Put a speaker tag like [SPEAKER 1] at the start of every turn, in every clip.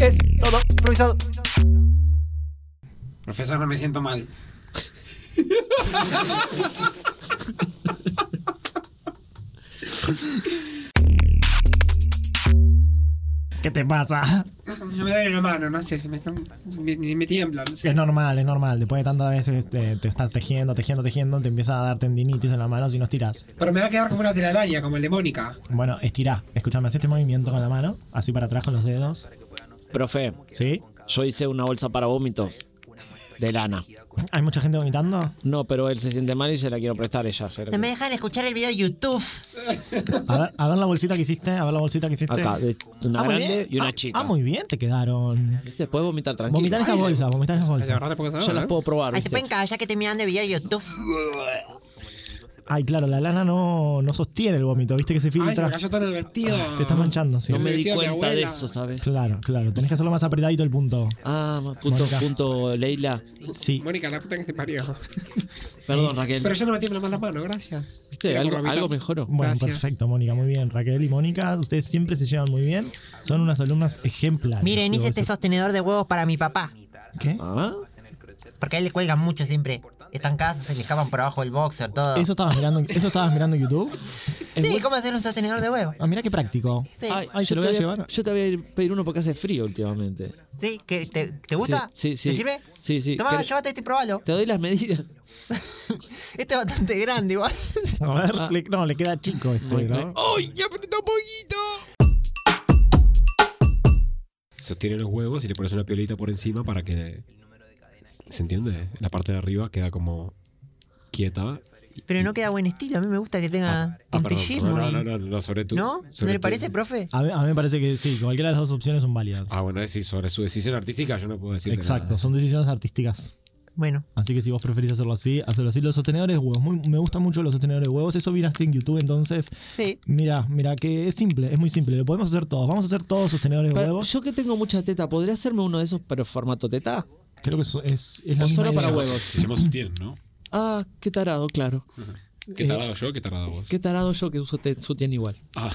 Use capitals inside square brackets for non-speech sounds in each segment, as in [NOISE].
[SPEAKER 1] es todo improvisado.
[SPEAKER 2] Profesor, no me siento mal.
[SPEAKER 1] ¿Qué te pasa? [LAUGHS]
[SPEAKER 2] No me duele la mano, no sé, se me, están, se me, me tiembla. No sé.
[SPEAKER 1] Es normal, es normal. Después de tantas veces este, te, te estás tejiendo, tejiendo, tejiendo, te empieza a dar tendinitis en la mano si no estiras.
[SPEAKER 2] Pero me va a quedar como una telaraña, como el de Mónica.
[SPEAKER 1] Bueno, estirá. Escuchame, haz este movimiento con la mano, así para atrás con los dedos.
[SPEAKER 3] Profe,
[SPEAKER 1] ¿Sí?
[SPEAKER 3] yo hice una bolsa para vómitos de lana.
[SPEAKER 1] ¿Hay mucha gente vomitando?
[SPEAKER 3] No, pero él se siente mal y se la quiero prestar ella. se la
[SPEAKER 4] No me
[SPEAKER 3] quiero-
[SPEAKER 4] dejan escuchar el video de YouTube.
[SPEAKER 1] A ver, a ver la bolsita que hiciste, a ver la bolsita que hiciste.
[SPEAKER 3] Acá, de- una
[SPEAKER 1] Ah, muy
[SPEAKER 3] grande
[SPEAKER 1] bien.
[SPEAKER 3] y una
[SPEAKER 1] Ah,
[SPEAKER 3] chica.
[SPEAKER 1] Ah, muy bien, te quedaron.
[SPEAKER 3] Te puedes vomitar tranquilo.
[SPEAKER 1] Vomitar esa bolsa, Ah, vomitar esa
[SPEAKER 2] La
[SPEAKER 1] bolsa.
[SPEAKER 2] verdad, porque
[SPEAKER 3] Yo
[SPEAKER 4] eh?
[SPEAKER 3] las puedo probar.
[SPEAKER 4] Ahí se
[SPEAKER 3] ¿viste?
[SPEAKER 4] pueden callar que estoy mirando el video de YouTube.
[SPEAKER 1] Ay, claro, la lana no, no sostiene el vómito, viste que se
[SPEAKER 2] Ay, se
[SPEAKER 1] filtra.
[SPEAKER 2] me cayó todo en el vestido.
[SPEAKER 1] Ah, Te estás manchando, sí.
[SPEAKER 3] No me di
[SPEAKER 2] Tío, mi
[SPEAKER 3] cuenta de
[SPEAKER 2] abuela.
[SPEAKER 3] eso, ¿sabes?
[SPEAKER 1] Claro, claro. Tenés que hacerlo más apretadito el punto.
[SPEAKER 3] Ah, punto,
[SPEAKER 1] Mónica.
[SPEAKER 3] punto, Leila.
[SPEAKER 1] Sí.
[SPEAKER 2] Mónica, la puta que te parió.
[SPEAKER 3] Perdón, Raquel.
[SPEAKER 2] Pero ya no me tiembla más la mano, gracias.
[SPEAKER 3] ¿Viste?
[SPEAKER 2] Era por
[SPEAKER 3] Algo,
[SPEAKER 2] vomitar.
[SPEAKER 3] algo mejoró.
[SPEAKER 1] Bueno,
[SPEAKER 2] Gracias.
[SPEAKER 1] perfecto, Mónica, muy bien. Raquel y Mónica, ustedes siempre se llevan muy bien. Son unas alumnas ejemplares.
[SPEAKER 4] Miren,
[SPEAKER 1] Digo,
[SPEAKER 4] hice este
[SPEAKER 1] eso-
[SPEAKER 4] sostenedor de huevos para mi papá.
[SPEAKER 1] ¿Qué?
[SPEAKER 3] Ah,
[SPEAKER 4] Porque a él le cuelgan mucho siempre. Están casas, se le escapan por abajo el boxer, todo.
[SPEAKER 1] ¿Eso estabas mirando, eso estabas mirando en YouTube?
[SPEAKER 3] es
[SPEAKER 4] Sí,
[SPEAKER 3] bueno.
[SPEAKER 4] ¿cómo hacer un sostenedor de huevos?
[SPEAKER 1] Ah, mira qué práctico.
[SPEAKER 4] Sí,
[SPEAKER 3] Ay,
[SPEAKER 1] Ay, se
[SPEAKER 3] yo, te
[SPEAKER 1] lo
[SPEAKER 3] voy
[SPEAKER 1] voy
[SPEAKER 3] a
[SPEAKER 1] a llevar.
[SPEAKER 3] yo te voy a ir- pedir uno porque hace frío últimamente.
[SPEAKER 4] sí, que te, ¿te gusta?
[SPEAKER 3] Sí, sí.
[SPEAKER 4] ¿Te sirve?
[SPEAKER 3] Sí, sí.
[SPEAKER 4] Tomá,
[SPEAKER 3] ¿Querés-
[SPEAKER 4] llévate este y probalo.
[SPEAKER 3] Te doy las medidas.
[SPEAKER 4] Este es bastante grande
[SPEAKER 5] [LAUGHS]
[SPEAKER 4] igual.
[SPEAKER 1] [LAUGHS] A ver,
[SPEAKER 3] Ah.
[SPEAKER 1] le- no, le queda chico este, ¿no?
[SPEAKER 3] ¡Ay, ya apretó un poquito!
[SPEAKER 5] Sostiene los huevos y le pones una piolita por encima para que. ¿Se entiende? La parte de arriba queda como quieta.
[SPEAKER 4] Pero no queda buen estilo, a mí me gusta que tenga
[SPEAKER 5] Ah, perdón,
[SPEAKER 4] puntillismo.
[SPEAKER 5] no,
[SPEAKER 4] y-
[SPEAKER 5] no, no, no, no, sobre tú.
[SPEAKER 4] eh. ¿No? ¿No
[SPEAKER 5] sobre
[SPEAKER 4] le
[SPEAKER 5] tú.
[SPEAKER 4] parece, profe?
[SPEAKER 1] A mí, a mí me parece que sí, cualquiera de las dos opciones son válidas.
[SPEAKER 5] Ah, bueno, sí, sobre su decisión artística yo no puedo decir
[SPEAKER 1] Exacto, son decisiones artísticas.
[SPEAKER 4] Bueno,
[SPEAKER 1] Así que si vos preferís hacerlo así, hacerlo así. Los sostenedores de huevos, muy- me gustan mucho los sostenedores de huevos. Eso miraste en YouTube, entonces.
[SPEAKER 4] sí.
[SPEAKER 1] Mira, mira, que es simple, es muy simple. Lo podemos hacer todos. Vamos a hacer todos sostenedores de huevos.
[SPEAKER 3] yo que tengo mucha teta, ¿podría hacerme uno de esos pero formato teta?
[SPEAKER 1] Creo que eso es, es la
[SPEAKER 3] O
[SPEAKER 1] misma
[SPEAKER 3] solo para
[SPEAKER 1] idea.
[SPEAKER 3] huevos.
[SPEAKER 5] Se llama sostien, ¿no?
[SPEAKER 3] Ah, qué tarado, claro. Eh,
[SPEAKER 5] ¿Qué tardado yo? ¿Qué tardado vos?
[SPEAKER 3] Qué tarado yo que uso te- sutién igual.
[SPEAKER 5] Ah,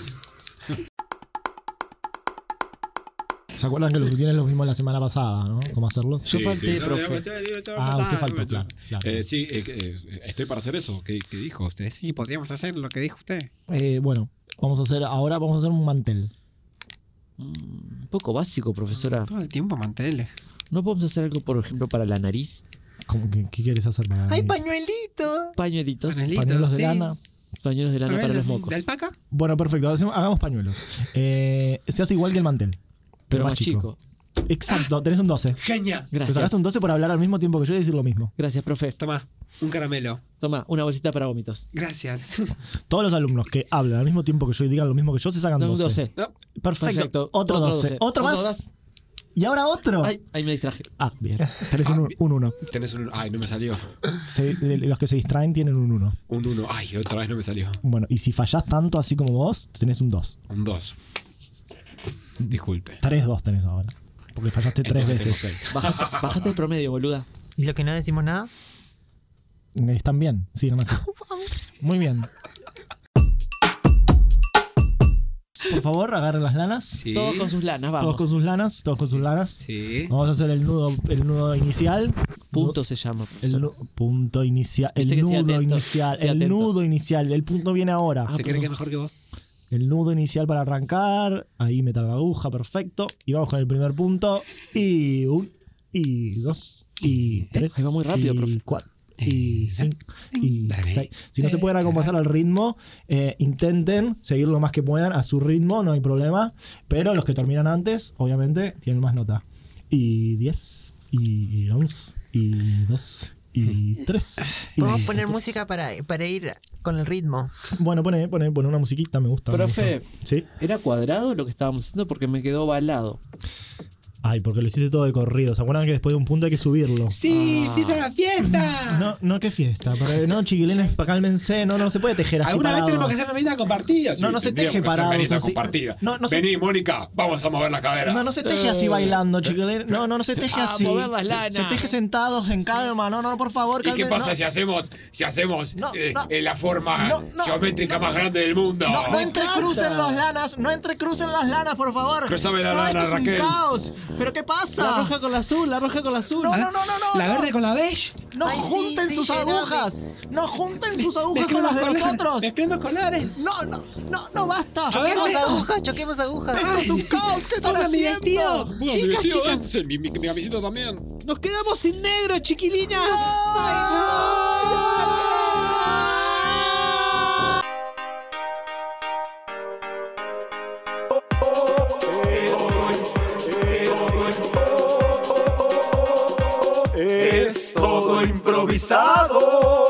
[SPEAKER 1] ¿Se acuerdan que los sutienes los vimos la semana pasada, no? ¿Cómo hacerlos?
[SPEAKER 3] Yo falté,
[SPEAKER 5] No,
[SPEAKER 3] profe.
[SPEAKER 5] no, ya, ya, ya,
[SPEAKER 1] Ah,
[SPEAKER 5] pasada,
[SPEAKER 1] usted faltó,
[SPEAKER 5] ya.
[SPEAKER 1] claro, claro.
[SPEAKER 5] Eh, sí, eh, eh, estoy para hacer eso. ¿Qué, qué dijo usted?
[SPEAKER 2] Sí, podríamos hacer lo que dijo usted.
[SPEAKER 1] Eh, bueno, vamos a hacer, ahora vamos a hacer un mantel.
[SPEAKER 3] Un poco básico, profesora.
[SPEAKER 2] Todo el tiempo manteles.
[SPEAKER 3] ¿No podemos hacer algo, por ejemplo, para la nariz?
[SPEAKER 1] ¿Cómo que- ¿Qué quieres hacer para
[SPEAKER 4] ¡Ay,
[SPEAKER 1] mí?
[SPEAKER 4] pañuelito!
[SPEAKER 3] Pañuelitos,
[SPEAKER 2] Panelitos,
[SPEAKER 1] pañuelos de
[SPEAKER 2] sí.
[SPEAKER 1] lana?
[SPEAKER 3] pañuelos de
[SPEAKER 2] A
[SPEAKER 3] lana
[SPEAKER 2] ver,
[SPEAKER 3] para los
[SPEAKER 2] ¿de-
[SPEAKER 3] mocos.
[SPEAKER 2] ¿De alpaca?
[SPEAKER 1] Bueno, perfecto, hacemos- hagamos pañuelos. Eh, se hace igual que el mantel. Pero,
[SPEAKER 3] Pero más chico.
[SPEAKER 1] Exacto, tenés un 12.
[SPEAKER 2] Genia.
[SPEAKER 1] Te
[SPEAKER 3] Gracias.
[SPEAKER 1] sacaste un 12 por hablar al mismo tiempo que yo y decir lo mismo.
[SPEAKER 3] Gracias, profe.
[SPEAKER 2] Toma, un caramelo.
[SPEAKER 3] Toma, una bolsita para vómitos.
[SPEAKER 2] Gracias. [LAUGHS]
[SPEAKER 1] Todos los alumnos que hablan al mismo tiempo que yo y digan lo mismo que yo se sacan
[SPEAKER 3] Dame un
[SPEAKER 1] 12.
[SPEAKER 3] 12.
[SPEAKER 2] No,
[SPEAKER 1] Perfecto.
[SPEAKER 3] Perfecto.
[SPEAKER 1] Otro,
[SPEAKER 3] Otro
[SPEAKER 1] 12.
[SPEAKER 3] 12.
[SPEAKER 1] Otro más.
[SPEAKER 3] Otro dos.
[SPEAKER 1] Y ahora otro.
[SPEAKER 3] Ay, ahí me distraje.
[SPEAKER 1] Ah, bien. Tenés un 1.
[SPEAKER 5] Tenés un 1. Ay, no me salió.
[SPEAKER 1] los que se distraen tienen un 1.
[SPEAKER 5] Un 1. Ay, otra vez no me salió.
[SPEAKER 1] Bueno, y si fallás tanto así como vos, tenés un 2.
[SPEAKER 5] Un 2. Disculpe.
[SPEAKER 1] 3-2 tenés ahora. Porque fallaste tres
[SPEAKER 5] Entonces tengo
[SPEAKER 1] veces.
[SPEAKER 5] 6.
[SPEAKER 3] Baja- Bajate el promedio, boluda.
[SPEAKER 4] ¿Y lo que no decimos nada?
[SPEAKER 1] Eh, Están bien. Sí, nomás. sí. Muy bien. Por favor, agarren las lanas.
[SPEAKER 2] Sí.
[SPEAKER 3] Todos con sus lanas,
[SPEAKER 1] Todos
[SPEAKER 3] vamos.
[SPEAKER 1] con sus lanas. Todos con sus lanas.
[SPEAKER 2] Sí.
[SPEAKER 1] Vamos a hacer el nudo, el nudo inicial.
[SPEAKER 3] Punto se llama, profesor.
[SPEAKER 1] El nu- punto inicial.
[SPEAKER 3] Viste
[SPEAKER 1] El
[SPEAKER 3] que estoy
[SPEAKER 1] nudo
[SPEAKER 3] atento,
[SPEAKER 1] inicial.
[SPEAKER 3] estoy
[SPEAKER 1] El
[SPEAKER 3] atento. Ah,
[SPEAKER 1] nudo inicial. El punto viene
[SPEAKER 6] Ah,
[SPEAKER 1] ahora.
[SPEAKER 2] Se cree que es mejor que vos.
[SPEAKER 1] El nudo inicial para arrancar. Ahí meter la aguja, perfecto. Y vamos con el primer punto. Y un, y dos, y tres.
[SPEAKER 3] Eh, Ahí va muy rápido,
[SPEAKER 1] y
[SPEAKER 3] profe. Eh,
[SPEAKER 1] cuatro, y cinco, y
[SPEAKER 2] Dale.
[SPEAKER 1] seis. Si no se pueden acompañar al ritmo, eh, intenten seguir lo más que puedan a su ritmo, no hay problema. Pero los que terminan antes, obviamente, tienen más nota. Y diez, y once, y dos,
[SPEAKER 3] Hmm.
[SPEAKER 1] y tres. y
[SPEAKER 4] Podemos poner música para, para ir con el ritmo.
[SPEAKER 1] Bueno, pone, pone, pone una musiquita, me gusta. me
[SPEAKER 3] Profe.
[SPEAKER 1] gusta. Sí.
[SPEAKER 3] ¿Era cuadrado lo que estábamos haciendo? Porque me quedó balado.
[SPEAKER 1] Ay, porque lo hiciste todo de corrido. ¿Se acuerdan que después de un punto hay que subirlo?
[SPEAKER 2] Sí,
[SPEAKER 6] Ah.
[SPEAKER 2] empieza la fiesta.
[SPEAKER 1] No, no, qué fiesta. Pero, no, chiquilines, pa- cálmense. No, no se puede tejer así.
[SPEAKER 2] Alguna vez
[SPEAKER 1] parado.
[SPEAKER 2] tenemos que hacer una medida compartida.
[SPEAKER 1] No, no se
[SPEAKER 5] Tendríamos
[SPEAKER 1] teje
[SPEAKER 5] que hacer
[SPEAKER 1] parados
[SPEAKER 5] medidas
[SPEAKER 1] así.
[SPEAKER 5] compartidas.
[SPEAKER 1] No, no se-
[SPEAKER 5] Vení, Mónica, vamos a mover la cadera.
[SPEAKER 1] No, no se teje así bailando, chiquilines. No, no, no se teje
[SPEAKER 3] Eh, A
[SPEAKER 1] así.
[SPEAKER 3] mover las lanas.
[SPEAKER 1] Se teje sentados en calma. No, no, por favor,
[SPEAKER 5] ¿Y
[SPEAKER 1] calmen.
[SPEAKER 5] qué pasa
[SPEAKER 1] no.
[SPEAKER 5] si hacemos, si hacemos
[SPEAKER 1] No,
[SPEAKER 5] eh,
[SPEAKER 1] no.
[SPEAKER 5] eh, la forma
[SPEAKER 1] No, no,
[SPEAKER 5] geométrica más grande del mundo?
[SPEAKER 1] No, no entrecrucen las lanas, no entrecrucen las lanas, por favor.
[SPEAKER 5] Cruzame la
[SPEAKER 1] no,
[SPEAKER 5] lana,
[SPEAKER 1] esto es un
[SPEAKER 5] Raquel.
[SPEAKER 1] caos.
[SPEAKER 6] ¿Pero qué
[SPEAKER 3] La
[SPEAKER 6] pasa?
[SPEAKER 3] roja con la azul, la roja con la azul.
[SPEAKER 6] Ah. No, no, no, no, no.
[SPEAKER 2] La
[SPEAKER 6] no.
[SPEAKER 2] verde con la beige.
[SPEAKER 6] No
[SPEAKER 4] Ay, sí,
[SPEAKER 6] junten
[SPEAKER 4] sí,
[SPEAKER 6] sus
[SPEAKER 4] llename.
[SPEAKER 6] agujas. No junten sus agujas con
[SPEAKER 2] Mezclemos
[SPEAKER 6] las de
[SPEAKER 2] colores,
[SPEAKER 6] nosotros.
[SPEAKER 2] Mezclemos colores.
[SPEAKER 6] No, no, no, no basta.
[SPEAKER 2] A ver,
[SPEAKER 4] Choquemos
[SPEAKER 2] Ernesto. [LAUGHS]
[SPEAKER 4] agujas, choquemos agujas.
[SPEAKER 6] Esto es un
[SPEAKER 2] Ay.
[SPEAKER 6] caos. ¿Qué están
[SPEAKER 2] Hola, mi
[SPEAKER 6] haciendo?
[SPEAKER 2] tío.
[SPEAKER 5] Bueno, mi
[SPEAKER 3] Chicas,
[SPEAKER 5] vestido
[SPEAKER 3] chicas.
[SPEAKER 5] este, mi, mi, mi camiseta también.
[SPEAKER 3] Nos quedamos sin negro, chiquilinas.
[SPEAKER 7] Es todo improvisado.